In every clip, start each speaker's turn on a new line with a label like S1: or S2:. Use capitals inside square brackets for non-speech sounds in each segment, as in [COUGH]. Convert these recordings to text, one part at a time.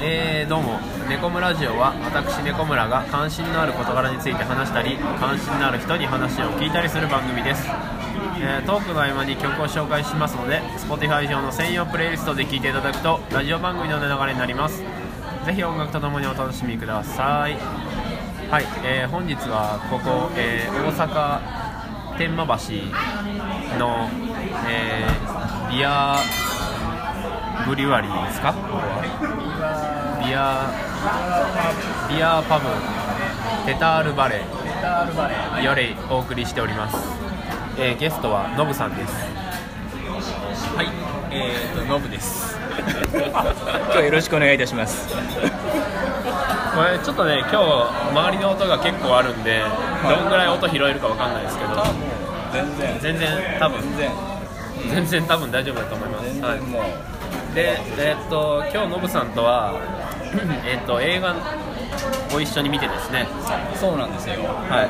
S1: えー、どうも「猫村ラジオは」私猫村が関心のある事柄について話したり関心のある人に話を聞いたりする番組です、えートークの合間に曲を紹介しますので Spotify 上の専用プレイリストで聴いていただくとラジオ番組の流れになりますぜひ音楽とともにお楽しみくださいはい、えー本日はここ、えー大阪天満橋の、えービアブリュワリーですかここはビアビアパブテタールバレーよりお送りしております、えーゲストはノブさんです
S2: はい、えー、とノブです。
S3: 今日はよろしくお願いいたします。
S1: これちょっとね今日周りの音が結構あるんでどんぐらい音拾えるかわかんないですけど
S3: 全然
S1: 全然多分
S3: 全然
S1: [LAUGHS] 全然多分大丈夫だと思います、
S3: 全
S1: はい
S3: 然もう、
S1: でえーっと今日ノブさんと [LAUGHS] はえーっと映画を一緒に見てですね
S3: そうなんですよ。
S1: はい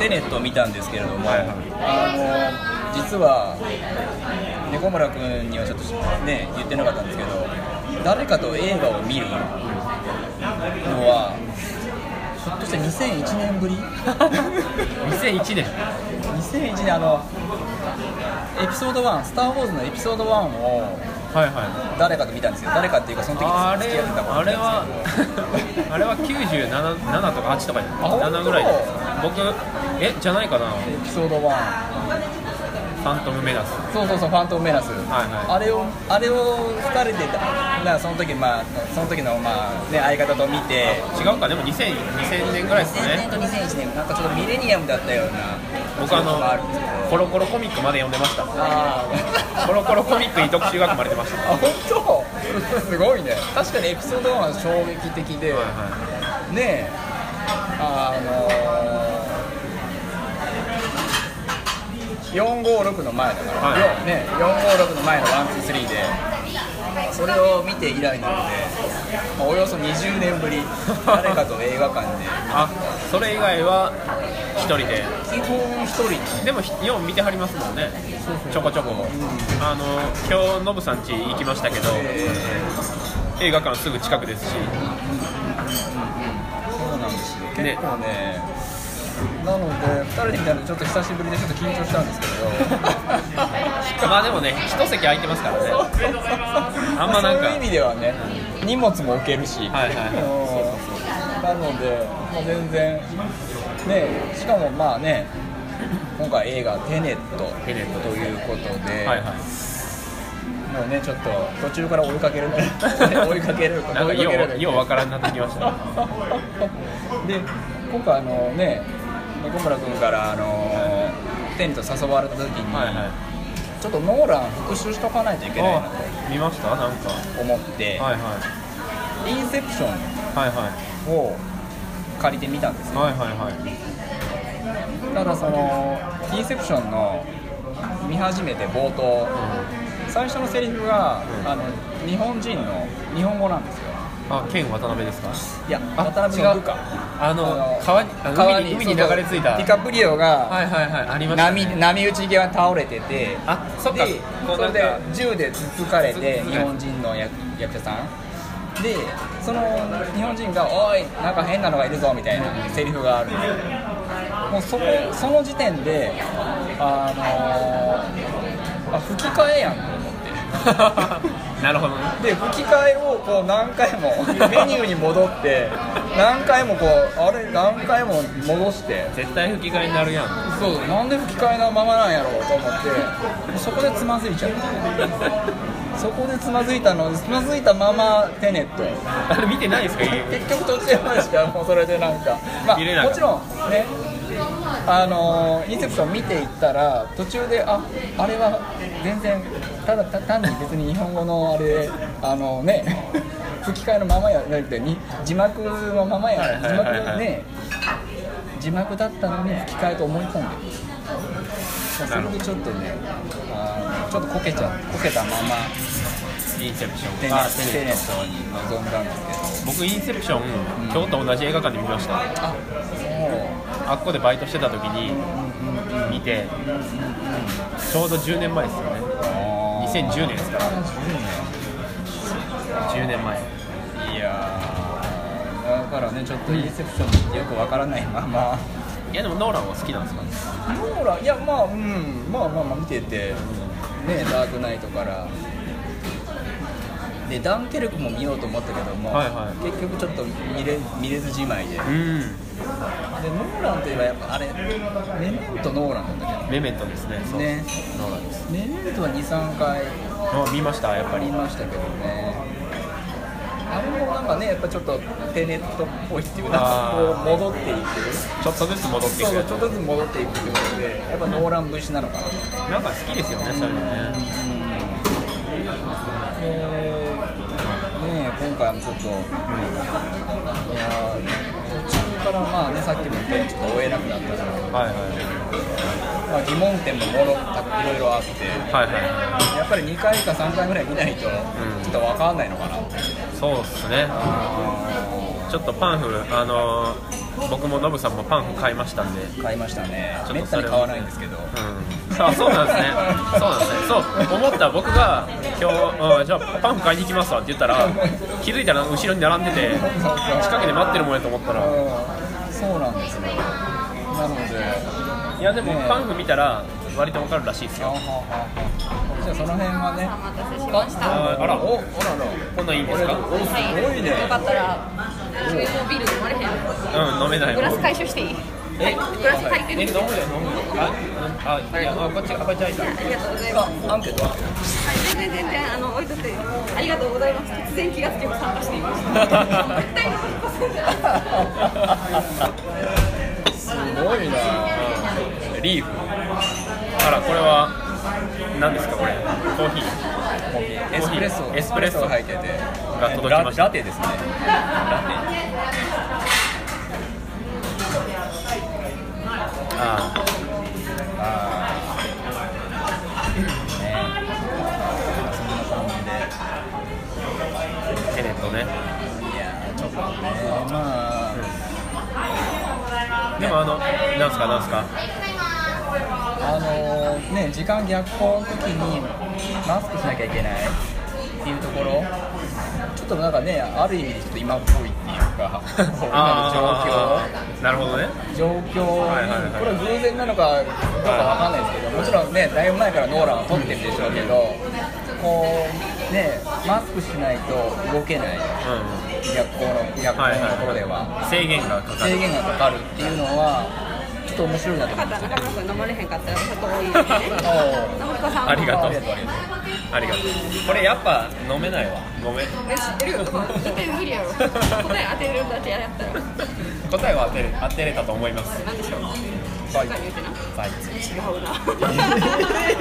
S3: テネットを見たんですけれども、
S1: はい
S3: あの実は猫村君にはちょっとね言ってなかったんですけど、誰かと映画を見るのはひょっとして2001年 [LAUGHS] ぶり
S1: 2001年
S3: ?2001 年あのエピソード1「スター・ウォーズ」のエピソード1を
S1: はいはい
S3: 誰かと見たんですよ誰かっていうかその時
S1: あ
S3: 付
S1: れ
S3: き合ってた子
S1: あれ [LAUGHS] はあれは97とか8とかじゃない
S3: あ
S1: 7ぐらいです僕えじゃないかな
S3: [LAUGHS] エピソード1
S1: ファントムメダス
S3: そうそうそうファントムメラス、
S1: は
S3: あれをあれを2人でだからその時まあその時のまあね相方と見て
S1: 違うかでも 2000, 2000年ぐらいです
S3: 2000年
S1: ね
S3: と2001年なんかちょっとミレニアムだったような
S1: 僕あ
S3: があるんですけど
S1: のコロコロコミックまで読んでました
S3: あ
S1: コロコロコミックに特集が組まれてまし
S3: [LAUGHS] あ
S1: た
S3: あ本当すごいね確かにエピソード1は衝撃的で、
S1: はいは
S3: ねえあのー、456の前だから、
S1: はい
S3: よねえ、456の前のワンツースリーでそれを見て以来なので、まあ、およそ20年ぶり誰かと映画館で
S1: あそれ以外は一人で
S3: 基本一人
S1: でもよう見てはりますもんねちょこちょこ、あの今日ノブさん家行きましたけど、
S3: で
S1: 映画館すぐ近くですし
S3: そうなんですよ
S1: ね
S3: 結構ねなので2人で見たのちょっと久しぶりでちょっと緊張したんですけ
S1: [LAUGHS]
S3: ど
S1: まあでもね一席空いてますからねはあ
S3: あ
S1: んまなんか
S3: そういう意味ではね荷物も置けるし、
S1: いは
S3: うんなので、まあ、全然ねしかもまあね今回映画「テネット」
S1: テネット
S3: ということ
S1: い
S3: で、
S1: はいはい
S3: もうねちょっと途中から追い
S1: [LAUGHS]
S3: かける追いかける
S1: なんか
S3: 追いかけ
S1: よ
S3: る
S1: うようわからんなってきました
S3: で今回あのね猫村君からあのテネット誘われた時に、
S1: はいはい
S3: ちょっとノーラン復習しとかないといけないな
S1: あ見ましたなんかは
S3: と思って、
S1: いはい
S3: インセプション
S1: はいはい
S3: を借りてみたんですよ
S1: はいはい
S3: ただそのインセプションの見始めて冒頭
S1: はい、
S3: 最初のセリフが、
S1: うん
S3: あの日本人の日本語なんですよ
S1: うん、あケン渡辺ですか
S3: いや
S1: あ
S3: 渡辺の
S1: 違う
S3: 部下
S1: あの川にあ海に海に流れ着いた
S3: ディカプリオ
S1: は
S3: が
S1: いはいはいありました、
S3: 波
S1: ね、
S3: 波打ち際に倒れてて
S1: あそっか
S3: で
S1: こう
S3: そ
S1: な
S3: れ
S1: ん
S3: で
S1: か
S3: 銃でつつかれて
S1: つつかれ
S3: 日本人の役役者さんでその日本人が「おいなんか変なのがいるぞ」みたいなセリフがあるんですよもうそこその時点であのーあ吹き替えやんと思って
S1: [LAUGHS] なるほどね
S3: で吹き替えをこう何回
S1: [LAUGHS]
S3: もメニューに戻って何回もこうあれ何回も戻して
S1: 絶対吹き替えになる [LAUGHS] やん
S3: そうなんで吹き替えのままなんやろうと思ってそこでつまずいちゃったそこでつまずいたのつまずいたままテネット
S1: あれ見てないですか家
S3: 結局途中までしかもうそれでなんかまあ
S1: 見れなか
S3: も
S1: っ
S3: ち
S1: た
S3: ろんねあのーインセプション見ていったら途中でああれは全然ただた単に別に日本語のあれあのね [LAUGHS] 吹き替えのままやなくてに字幕のまま
S1: はい
S3: や
S1: はい
S3: 字
S1: はいは
S3: 幕
S1: い
S3: ね字幕だったのに吹き替えと思い込んでまあそれでちょっとねあのちょっとこけちゃこけたまま
S1: インセプション
S3: テネ
S1: あ
S3: テネットに臨んだんですけど
S1: 僕インセプション
S3: ん
S1: 今日と同じ映画館で見ました
S3: あ
S1: あっこでバイトしてた時に
S3: そううんうん
S1: 見てちょうど10年前ですよね2010年ですから
S3: 年
S1: 10年前
S3: いやからねちょっとインセプションってよくわか
S1: [LAUGHS]
S3: らないまま
S1: いやでもノーランは好きなんですか
S3: ノーランいやまあうんまあまあまあ見ててねダークナイトからでダンケルクも見ようと思ったけども、
S1: はいはい
S3: 結局ちょっと見れ見れずじまいでで
S1: うん
S3: ノーランといえばやっぱあれメメントノーランなんだけ
S1: メメットですね
S3: ど
S1: そう
S3: ね
S1: ノーランです
S3: メメントは23回
S1: あ見ましたやっ
S3: あ
S1: ぱ
S3: り
S1: り
S3: ましたけどねあれもなんかねやっぱちょっとテネットっぽいっていうか
S1: あ
S3: こ
S1: ー
S3: う戻っていく
S1: ちょっとずつ戻っていく
S3: そうちょ
S1: や
S3: っ
S1: つ
S3: とずつ戻っていくっていうことでやっぱノーラン節なのかな
S1: なんか好きですよねそういうのね
S3: えーねえ今回もちょっと、いやー途中からまあねさっきも言ったようにちょっと追えなくなったから、
S1: はいは
S3: まあ、疑問点ももろたくいろいろあって
S1: いはいは
S3: やっぱり2回か3回ぐらい見ないとちょ
S1: ん
S3: っと分かんないのかな、
S1: いそうっすねちょっとパンフあのー僕もノブさんもパンフ買いましたんで
S3: 買いましたね
S1: ちょっとそれ
S3: めったに買わないんですけ
S1: う
S3: ど
S1: ん、あそうなんですね、そうなんですね、そう思った僕が今日、うん、じゃあパンフ買いに行きますわって言ったら、気づいたら後ろに並んでて、近くで待ってるもんやと思ったら、
S3: うんそうなんですよなので
S1: いや、でもパンフ見たら、割と分かるらしいです
S3: あは
S1: よ、
S3: はじゃあその辺はね
S4: お待たせしました。
S1: ああら
S3: おおらら
S1: こんなんいいんですか、
S3: おすごいね
S4: よかったら、君のビール飲まれへ
S1: う
S4: ん。
S1: ん、飲めない
S4: グラ
S1: も
S4: ス
S1: ん。
S4: 回収していい？はい、グラス入ってる。
S1: 飲むよ、飲むよ、あ、うんあ、いや、あこっち、あ、こっち入った。
S4: ありがとうございます。
S3: アンケートは
S4: はい、全然全然あの置いとってありがとうございます。突然気がつけば参加していました。絶対飲みませんじゃない。
S3: すごいな
S1: リーフ。あら、これは、何ですか、これ、コーヒー。
S3: エスプレッソ
S1: エスプレッソ
S3: が入ってて
S1: が届きました
S3: ララテですね
S1: あ
S3: そんな感じで
S1: ーテネットね。
S3: いやーちょっとねまあ
S1: でもあの、なんすか、なんすか。
S3: あのーね時間逆行の時にマスクしなきゃいけないっていうところちょっとなんかねある意味でちょっと今っぽいっていうかこう今の状況
S1: 況なるほどね
S3: 状況、
S1: はいはいはい
S3: これは偶然なのかどうかわかんないですけど、もちろんね、だいぶ前からノーランを撮ってるでしょうけど、こう、ね、マスクしないと動けない、
S1: う
S3: 逆光の逆
S1: んはい
S3: 光のとこ
S1: は
S3: ろで
S1: い
S3: は、
S1: はい制限がかかる
S3: 制限がかかるっていうのは、ちょっと面白いなと
S4: よ
S3: 思
S4: か
S3: いま
S4: った
S3: すよね。
S4: ら中村くん飲まれへんかったらちょっと多いですね。
S3: お
S4: ナムコさんも
S1: ありがとう
S3: ありがとうありがとう
S1: ありがとうこれやっぱ飲めないわごめん
S4: え知ってるよ。絶対無理やろ。答え当てるだけやったら。
S1: 答えは当てれ当てれたと思います
S4: なんでしょう。
S3: バイ
S4: 他に言うてな。
S1: バイ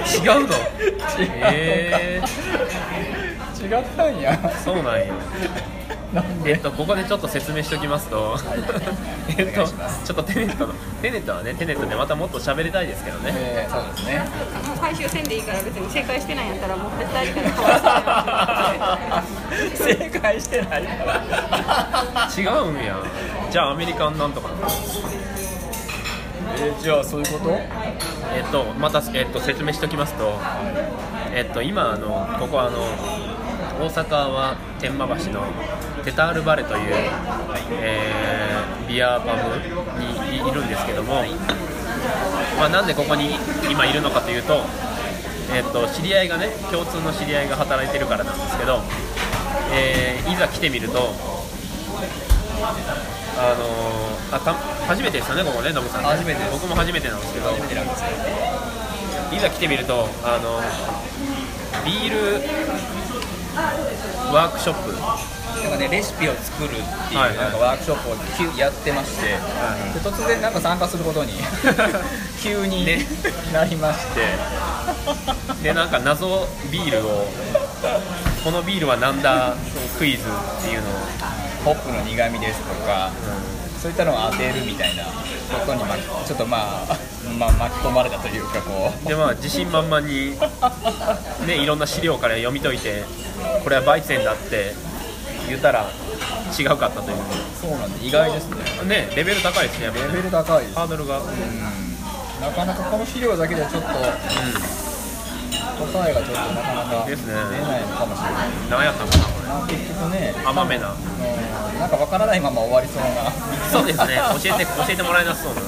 S4: 違う
S1: [LAUGHS] [LAUGHS] 違うの
S3: 違うのか
S4: な。
S1: え
S3: 違ったんや。
S1: ー、そうなんや
S3: なん
S1: えっ
S3: で
S1: とここでちょっと説明しておきますとえっ
S3: お願
S1: と
S3: いします
S1: ちょっとテネットのテネットはねテネットでまたもっと喋りたいですけどね
S3: えーそうですね。
S4: もう最終戦でいいから別に正解してないんやったらもう絶対からかわ
S3: 正解してないから。
S1: 違うんやじゃあアメリカンなんとかな
S3: えーじゃあそういうこと？
S1: えっと、また、えっと、説明しておきますと、えっと、今あの、ここあの大阪は天満橋のテタールバレという、えービアパブにいいるんですけども、まあ、なんでここに今いるのかというと、えっと、知り合いがね、共通の知り合いが働いてるからなんですけど、えーいざ来てみると、あのーあた初めてですよね、ここね、ノブさんね、
S3: 初めてです
S1: 僕も初めてなんですけど。
S3: 初めてなんですよ。
S1: いざ来てみるとあのビールワークショップ
S3: なんかね、レシピを作るっていう
S1: はいはい
S3: なんかワークショップをきゅやってまして、
S1: い
S3: で突然なんか参加することに急に
S1: ね
S3: なりまして、
S1: ででなんか謎ビールをこのビールはなんだクイズっていうのを、
S3: ホップの苦味ですとか、そういったのを当てるみたいなことに巻きちょっとまあ、まあ、巻き込まれたというかこう。
S1: でまあ自信満々にねいろんな資料から読み解いてこれは焙煎だって言ったら違うかったという
S3: [LAUGHS] そうなんで意外ですね。
S1: ねレベル高いですねやっぱ
S3: レベル高いです。
S1: ハードルが、うん
S3: なかなかこの資料だけではちょっと答えがちょっとなかなか出
S1: ですね
S3: ないのかもしれない
S1: 何やったのかなこ
S3: な結局ね
S1: れ甘めな
S3: うんなんかわからないまま終わりそうな
S1: そうです
S3: [LAUGHS]
S1: ね教えて教えてもらえなさそうな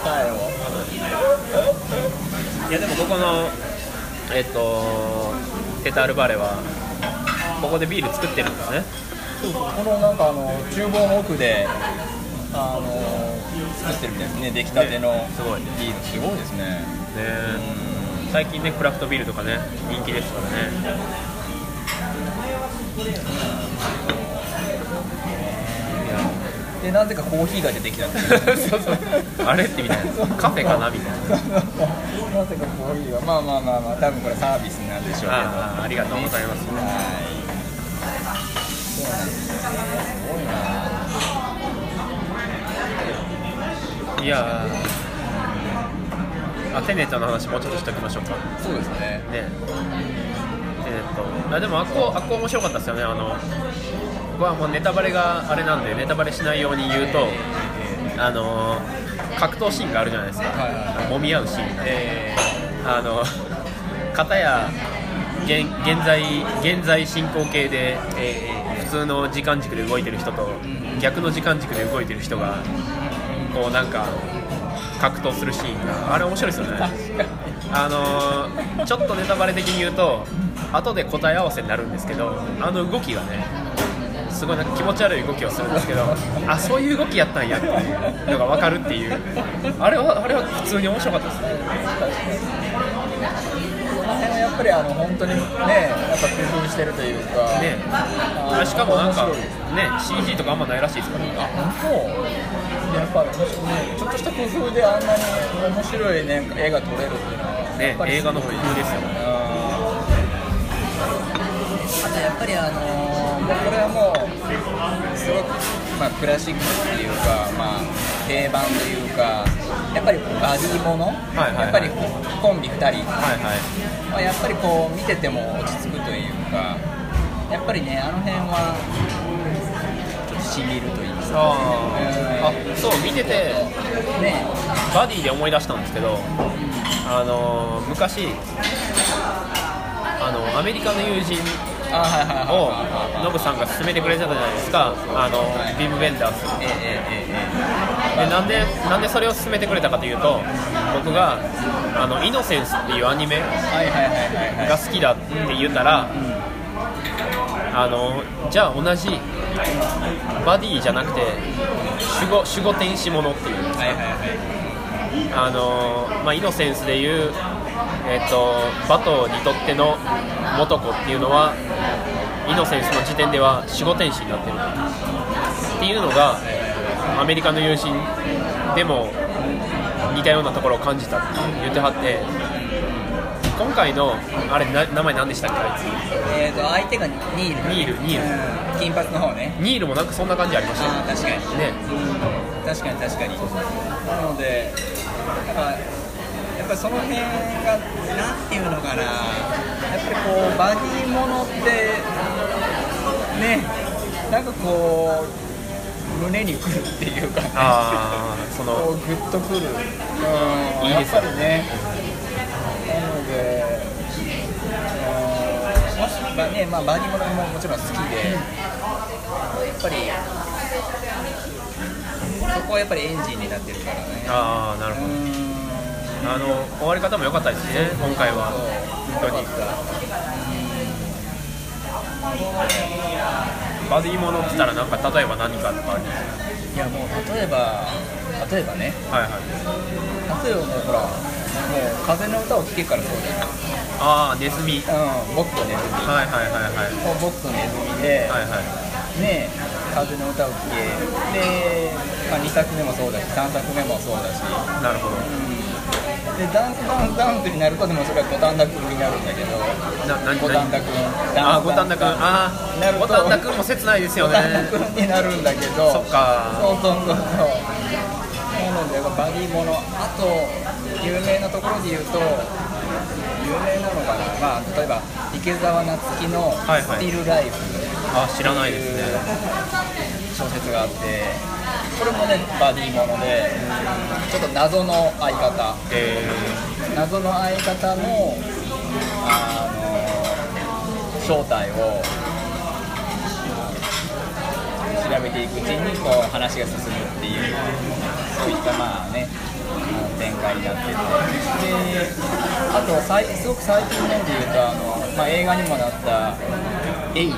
S3: 答えを
S1: いやでもここのえっとテタールバレーはここでビール作ってるんですね
S3: このなんかあの厨房の奥であの作ってるみたいですね出来たての
S1: ねすごいね
S3: ビールすごいですね
S1: ね最近ねクラフトビールとかね人気ですからね
S3: でなぜかコーヒーが出てき
S1: [LAUGHS]
S3: たっていうそうそう
S1: あれってみたいなカフェかなみたいな
S3: なぜかコーヒーはまあまあまあまあ多分これサービスなんでしょうけど
S1: ああありがとうございます
S3: はいそうなんですよねすごいない
S1: やーあテネットの話もうちょっとしておきましょうか
S3: そうですね
S1: ねテネットあでもあっこあっこ面白かったですよねあの僕はもうネタバレがあれなんでネタバレしないように言うとあの格闘シーンがあるじゃないですか、
S3: はいはい
S1: 揉み合うシーンが
S3: え
S1: あの片や現現在現在進行形で
S3: ー、え
S1: 普通の時間軸で動いてる人と
S3: ん
S1: 逆の時間軸で動いてる人がこうなんか格闘するシーンがあれ面白いですよね
S3: ー、確かに
S1: あのーちょっとネタバレ的に言うと後で答え合わせになるんですけどあの動きがねすごいなんか気持ち悪い動きをするんですけどあそういう動きやったんやっていうのが分かるっていうあれはあれは普通に面白かったですね
S3: この辺はやっぱりあの本当にねやっぱ工夫してるというか
S1: ね
S3: あ
S1: あ
S3: ー
S1: しかもなんか
S3: 面白いです
S1: ね CG とかあんまないらしいですから
S3: あ本当やっぱねちょっとした工夫であんなに面白い、ね、映画撮れるっていうのはや
S1: ね
S3: っぱり
S1: 映
S3: すご
S1: 画の
S3: い
S1: 工夫ですよね
S3: あとやっぱりあのーもうこれはもうすごく、まあ、クラシックっていうか、まあ、定番というかやっぱりバディもの、
S1: はいはい
S3: やっぱりコンビ2人、
S1: はいはい
S3: まあ、やっぱりこう見てても落ち着くというかやっぱりねあの辺はちょっとしみるといいますか
S1: あーあそう見てて
S3: ね
S1: バディで思い出したんですけどあのー昔あのアメリカの友人
S3: あはいはいはい
S1: を
S3: はいはい
S1: ノブさんが勧めてくれてたじゃないですかあのビーム・ベンダース
S3: えええええ
S1: でなんでなんでそれを勧めてくれたかというと僕があの「イノセンス」っていうアニメ
S3: えはいはいはいはいは
S1: が好きだって言ったらあのじゃあ同じバディじゃなくて守護守護天使ものっていう
S3: いはいはいはい
S1: あのまあ、イノセンスでいう、えっとバトにとっての元子っていうのはイノセンスの時点では守護天使になってるっていうのがアメリカの友人でも似たようなところを感じたって言ってはって今回のあれな名前何でしたっけあいつ
S3: えーと相手がニール
S1: ニールニール
S3: うん金髪の方ね
S1: ニールもなんかそんな感じありましたよ
S3: ああ確かに
S1: ね
S3: うん確かに確かになのでなんかやっぱりその辺がなんていうのかなやっぱりこうバディものってねなんかこう胸にくるっていうかね
S1: ああそ
S3: こ
S1: の
S3: うグッとくる、うん、
S1: いいですね
S3: やっぱりねなので、うんもしばねまあ、バニモノももちろん好きで、やっぱりそこはやっぱりエンジンになってるからね
S1: ああなるほど
S3: うん
S1: あの終わり方も良かったですね、今回は。本当に。バディものって言ったら、なんか例えば何かとかあります。
S3: いやもう例えば例えばね
S1: はいはい。
S3: 例えばもうほらもう風の歌を聴けからそう
S1: ああ、ネズミ。
S3: だよ、うん、僕とネズミ
S1: はいはいはいはい。
S3: 僕とネズミで、
S1: はいはい。
S3: ね風の歌を聴けで、まあ、2作目もそうだし3作目もそうだし、
S1: なるほ
S3: でダンスダンスダンスになるとでもそれは五反田君になるんだけど
S1: ど。な、何、
S3: 五反田
S1: 何。
S3: 君
S1: ああ、五反田君。あ
S3: なる
S1: あ、
S3: ほ
S1: 五
S3: ど
S1: 反田君も切ないです
S3: 五
S1: よ
S3: 反
S1: ね。
S3: 田君になるんだけど
S1: そっか。
S3: そうそうそうそうなのでやっぱバディものあと有名なところで言うと有名なのかな、まあ、例えば池澤夏樹の「
S1: はい
S3: ス
S1: はい
S3: ティルライフ」
S1: あー、知らない
S3: って
S1: です
S3: いう
S1: ね。
S3: 小説があってこれもねバディものでちょっと謎の相方
S1: え
S3: 謎の相方の正体を調べていくうちにこう話が進むっていうそういったまあねあの展開になっててであとさいすごく最近なんで言うとあの、まあ、映画にもなった「エイリ」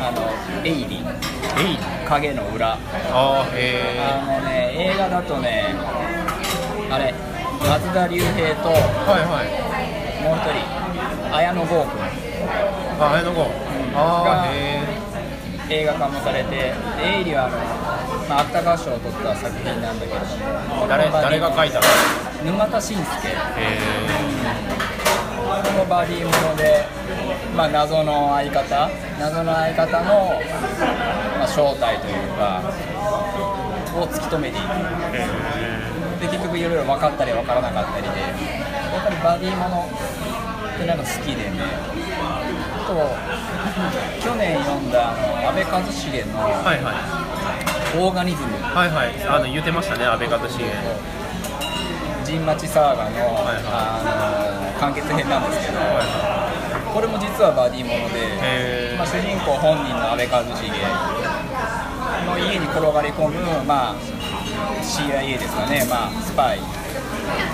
S3: あの「エイリ」影の裏
S1: あーへ
S3: あのね映画だとねあれ松田龍平ともう
S1: えはいはい
S3: 一人綾野剛君
S1: あ綾野剛あ
S3: が
S1: ーへ
S3: 映画化もされて「エイリはあの」まあ、芥川賞を取った作品なんだけれども
S1: え誰誰が書いたの
S3: 沼田信介
S1: へ
S3: このバディもので、まあ、謎の相方謎の相方の、まあ、正体というかを突き止めていく
S1: えへ
S3: で結局いろいろ分かったり分からなかったりでやっぱりバディものってなんか好きでねあと去年読んだあの阿部一茂
S1: え
S3: の
S1: はいはい
S3: 「オーガニズム」
S1: はいはいあの言ってましたね安倍方茂
S3: 神町サーガの,、
S1: いはい
S3: あの完結編なんですけど、これも実はバディもので、
S1: へえ
S3: まあ、主人公本人の阿部一茂の家に転がり込む、まあ、CIA ですかね、まあ、スパイ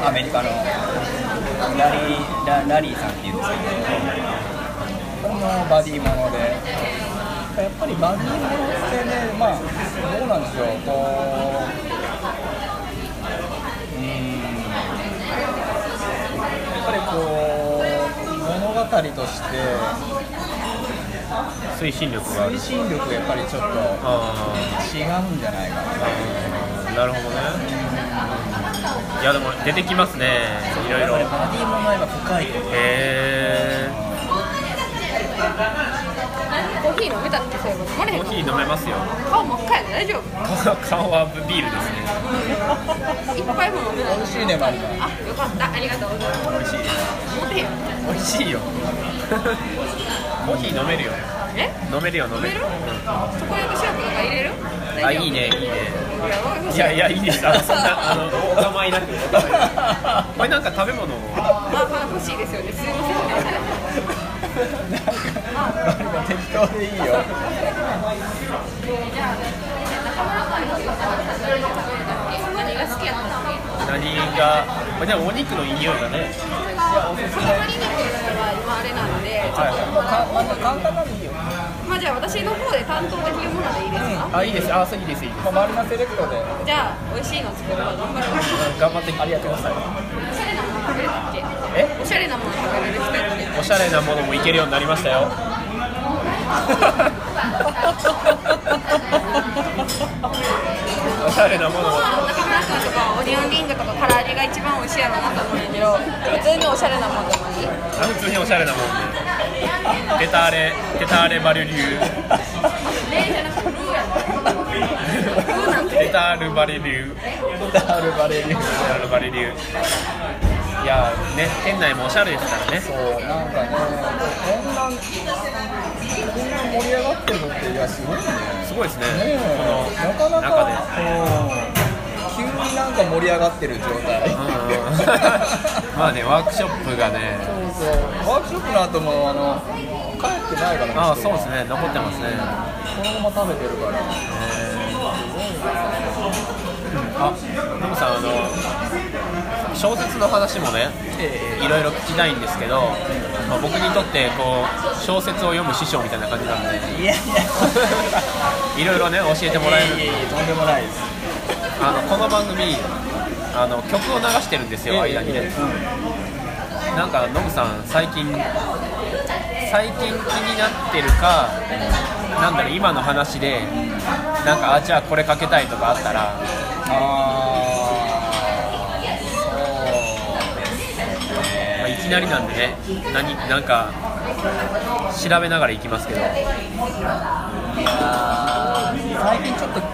S3: アメリカのラリーララリーさんっていうんですけどこれもバディものでやっぱりバディものってねまあどうなんでしょうこううーんやっぱりこう物語として
S1: 推進力がある
S3: 推進力やっぱりちょっと
S1: あー
S3: 違うんじゃないかな
S1: なるほどねいやでも出てきますねいろいろ
S3: やっぱりバディものはやっぱ深いよ
S1: へえ
S4: コーヒー飲めたってそういえば飲まれへ
S1: コ
S4: ん
S1: ー
S4: の
S1: ヒー飲めますよ
S4: 顔真っ赤やね大丈
S1: 顔はビールですね
S4: 夫一杯も飲めない
S3: 美味しいねマリナ
S4: あよかったありがとうございます
S1: 美味しい
S4: 持てへん
S1: 美味しいよコーヒー飲めるよ
S4: え
S1: 飲めるよ飲
S4: 飲
S1: め
S4: め
S1: る
S4: るチョコレートシラップとか入れる
S1: あ
S4: 大丈夫
S1: いいねいいね
S4: ほらわかりまし
S1: い
S4: た
S1: やいやいい [LAUGHS] ですあのそんなあのお構いなくお構いなくこれなんか食べ物を
S4: あまあ欲しいですよねすいません
S3: マリナ適当でいいよ
S4: 何が好きやったの
S1: 何がこれでもお肉のいい匂いだね
S4: 塊肉は今あれなので
S3: まあかまあ簡単なんでいいよ、ま
S4: まあじゃあ私の方で担当できるものでいいですか
S1: あいいですあそういいですいいです
S3: あ、マリナセレクトで
S4: じゃあ美味しいの作るわ頑張るわ
S1: 頑張ってありがとうございます
S4: おしゃれなもの食べれたっけ
S1: え
S4: おしゃれなもの食べれる人やね
S1: おしゃれなものもいけるようになりましたよ。おしゃれなものも。
S4: 中村君とかオニオンリングとか唐揚げが一番美味しいやろなと思うんやけど普通におしゃれなものでもいい
S1: 普通におしゃれなもので。テターレ、テターレバル流。
S4: レイじゃなくてルーやろルーなん
S1: テ
S4: て
S1: タールバレ流。テ
S3: ダルバレリ
S1: タールバレ流。いやーね、店内もおしゃれですからね。
S3: そうなんかねこんなこんな盛り上がってるのっていやすごいね
S1: すごいですね。
S3: ねえ
S1: この
S3: なかな
S1: 中で。
S3: かうん急になんか盛り上がってる状態
S1: うんまあね、ワークショップがね。
S3: そうワークショップの後もあの帰ってないかな
S1: ああ、そうですね、残ってますね。
S3: そのまま食べてるから
S1: あ、でもさん、あの。小説の話もね。
S3: え
S1: いろいろ聞きたいんですけど、まあ、僕にとってこう小説を読む師匠みたいな感じなので
S3: えいやいや
S1: いろいろね教えてもらえ
S3: いやい
S1: る
S3: やいやとんでもないです
S1: あのこの番組あの曲を流してるんですよ間にねなんかノブさん最近最近気になってるかなんだろう今の話でなんかあじゃあこれかけたいとかあったら
S3: ああそうです
S1: まあ
S3: ね
S1: いきなりなんでね何なんか調べながら行きますけど
S3: あー最近ちょっとちょ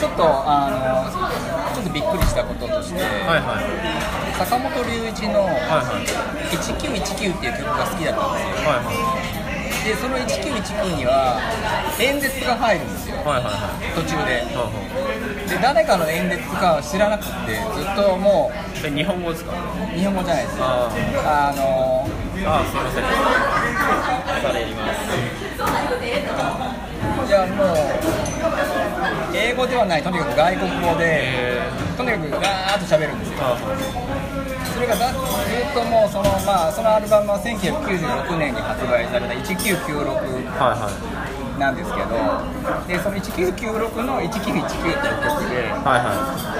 S3: ちょっとあのちょっとびっくりしたこととして、
S1: はいはい
S3: 坂本龍一の
S1: はいはい
S3: 1919っていう曲が好きだったんですよ
S1: はいは
S3: でその1919には演説が入るんですよ
S1: いはいはいは
S3: 途中で
S1: いは
S3: で誰かの演説か知らなくってずっとも
S1: いそれ日本語ですか
S3: う日本語じゃないです
S1: あ
S3: あの
S1: あすいません
S2: されます
S3: いやもう英語ではないとにかく外国語でとにかくガーッと喋るんですよ
S1: あそう
S3: それがだずっともうそのまあそのアルバムは1996年に発売された1996
S1: はいはい
S3: なんですけどでその1996の1919っていう曲で
S1: はいは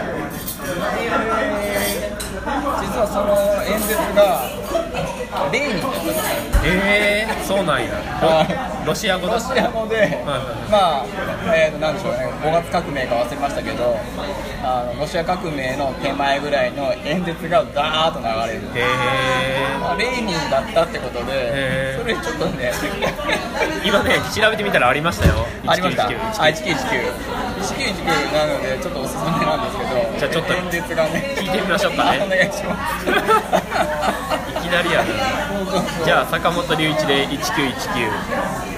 S3: 実はその演説がレーニンだったんですよ
S1: いええー、そうなんや
S3: は
S1: ロシア語
S3: ロ
S1: だ
S3: シア語で、
S1: は
S3: まあ、えー、となんでしょうね、5月革命か忘れましたけど、あのロシア革命の手前ぐらいの演説がダーッと流れる、
S1: へえ
S3: まあ、レーニンだったってこと
S1: へー、
S3: でそれちょっとね、
S1: 今ね調べてみたらありましたよ
S3: ありました、
S1: 1919
S3: 1919、1919なので、ちょっとおすすめなんですけど、
S1: じゃあちょっと
S3: 演説がね、
S1: 聞いてみましょうかね
S3: [LAUGHS] お願いします。
S1: [LAUGHS] いきなりやな
S3: そうそうそう
S1: じゃあ坂本龍一で1919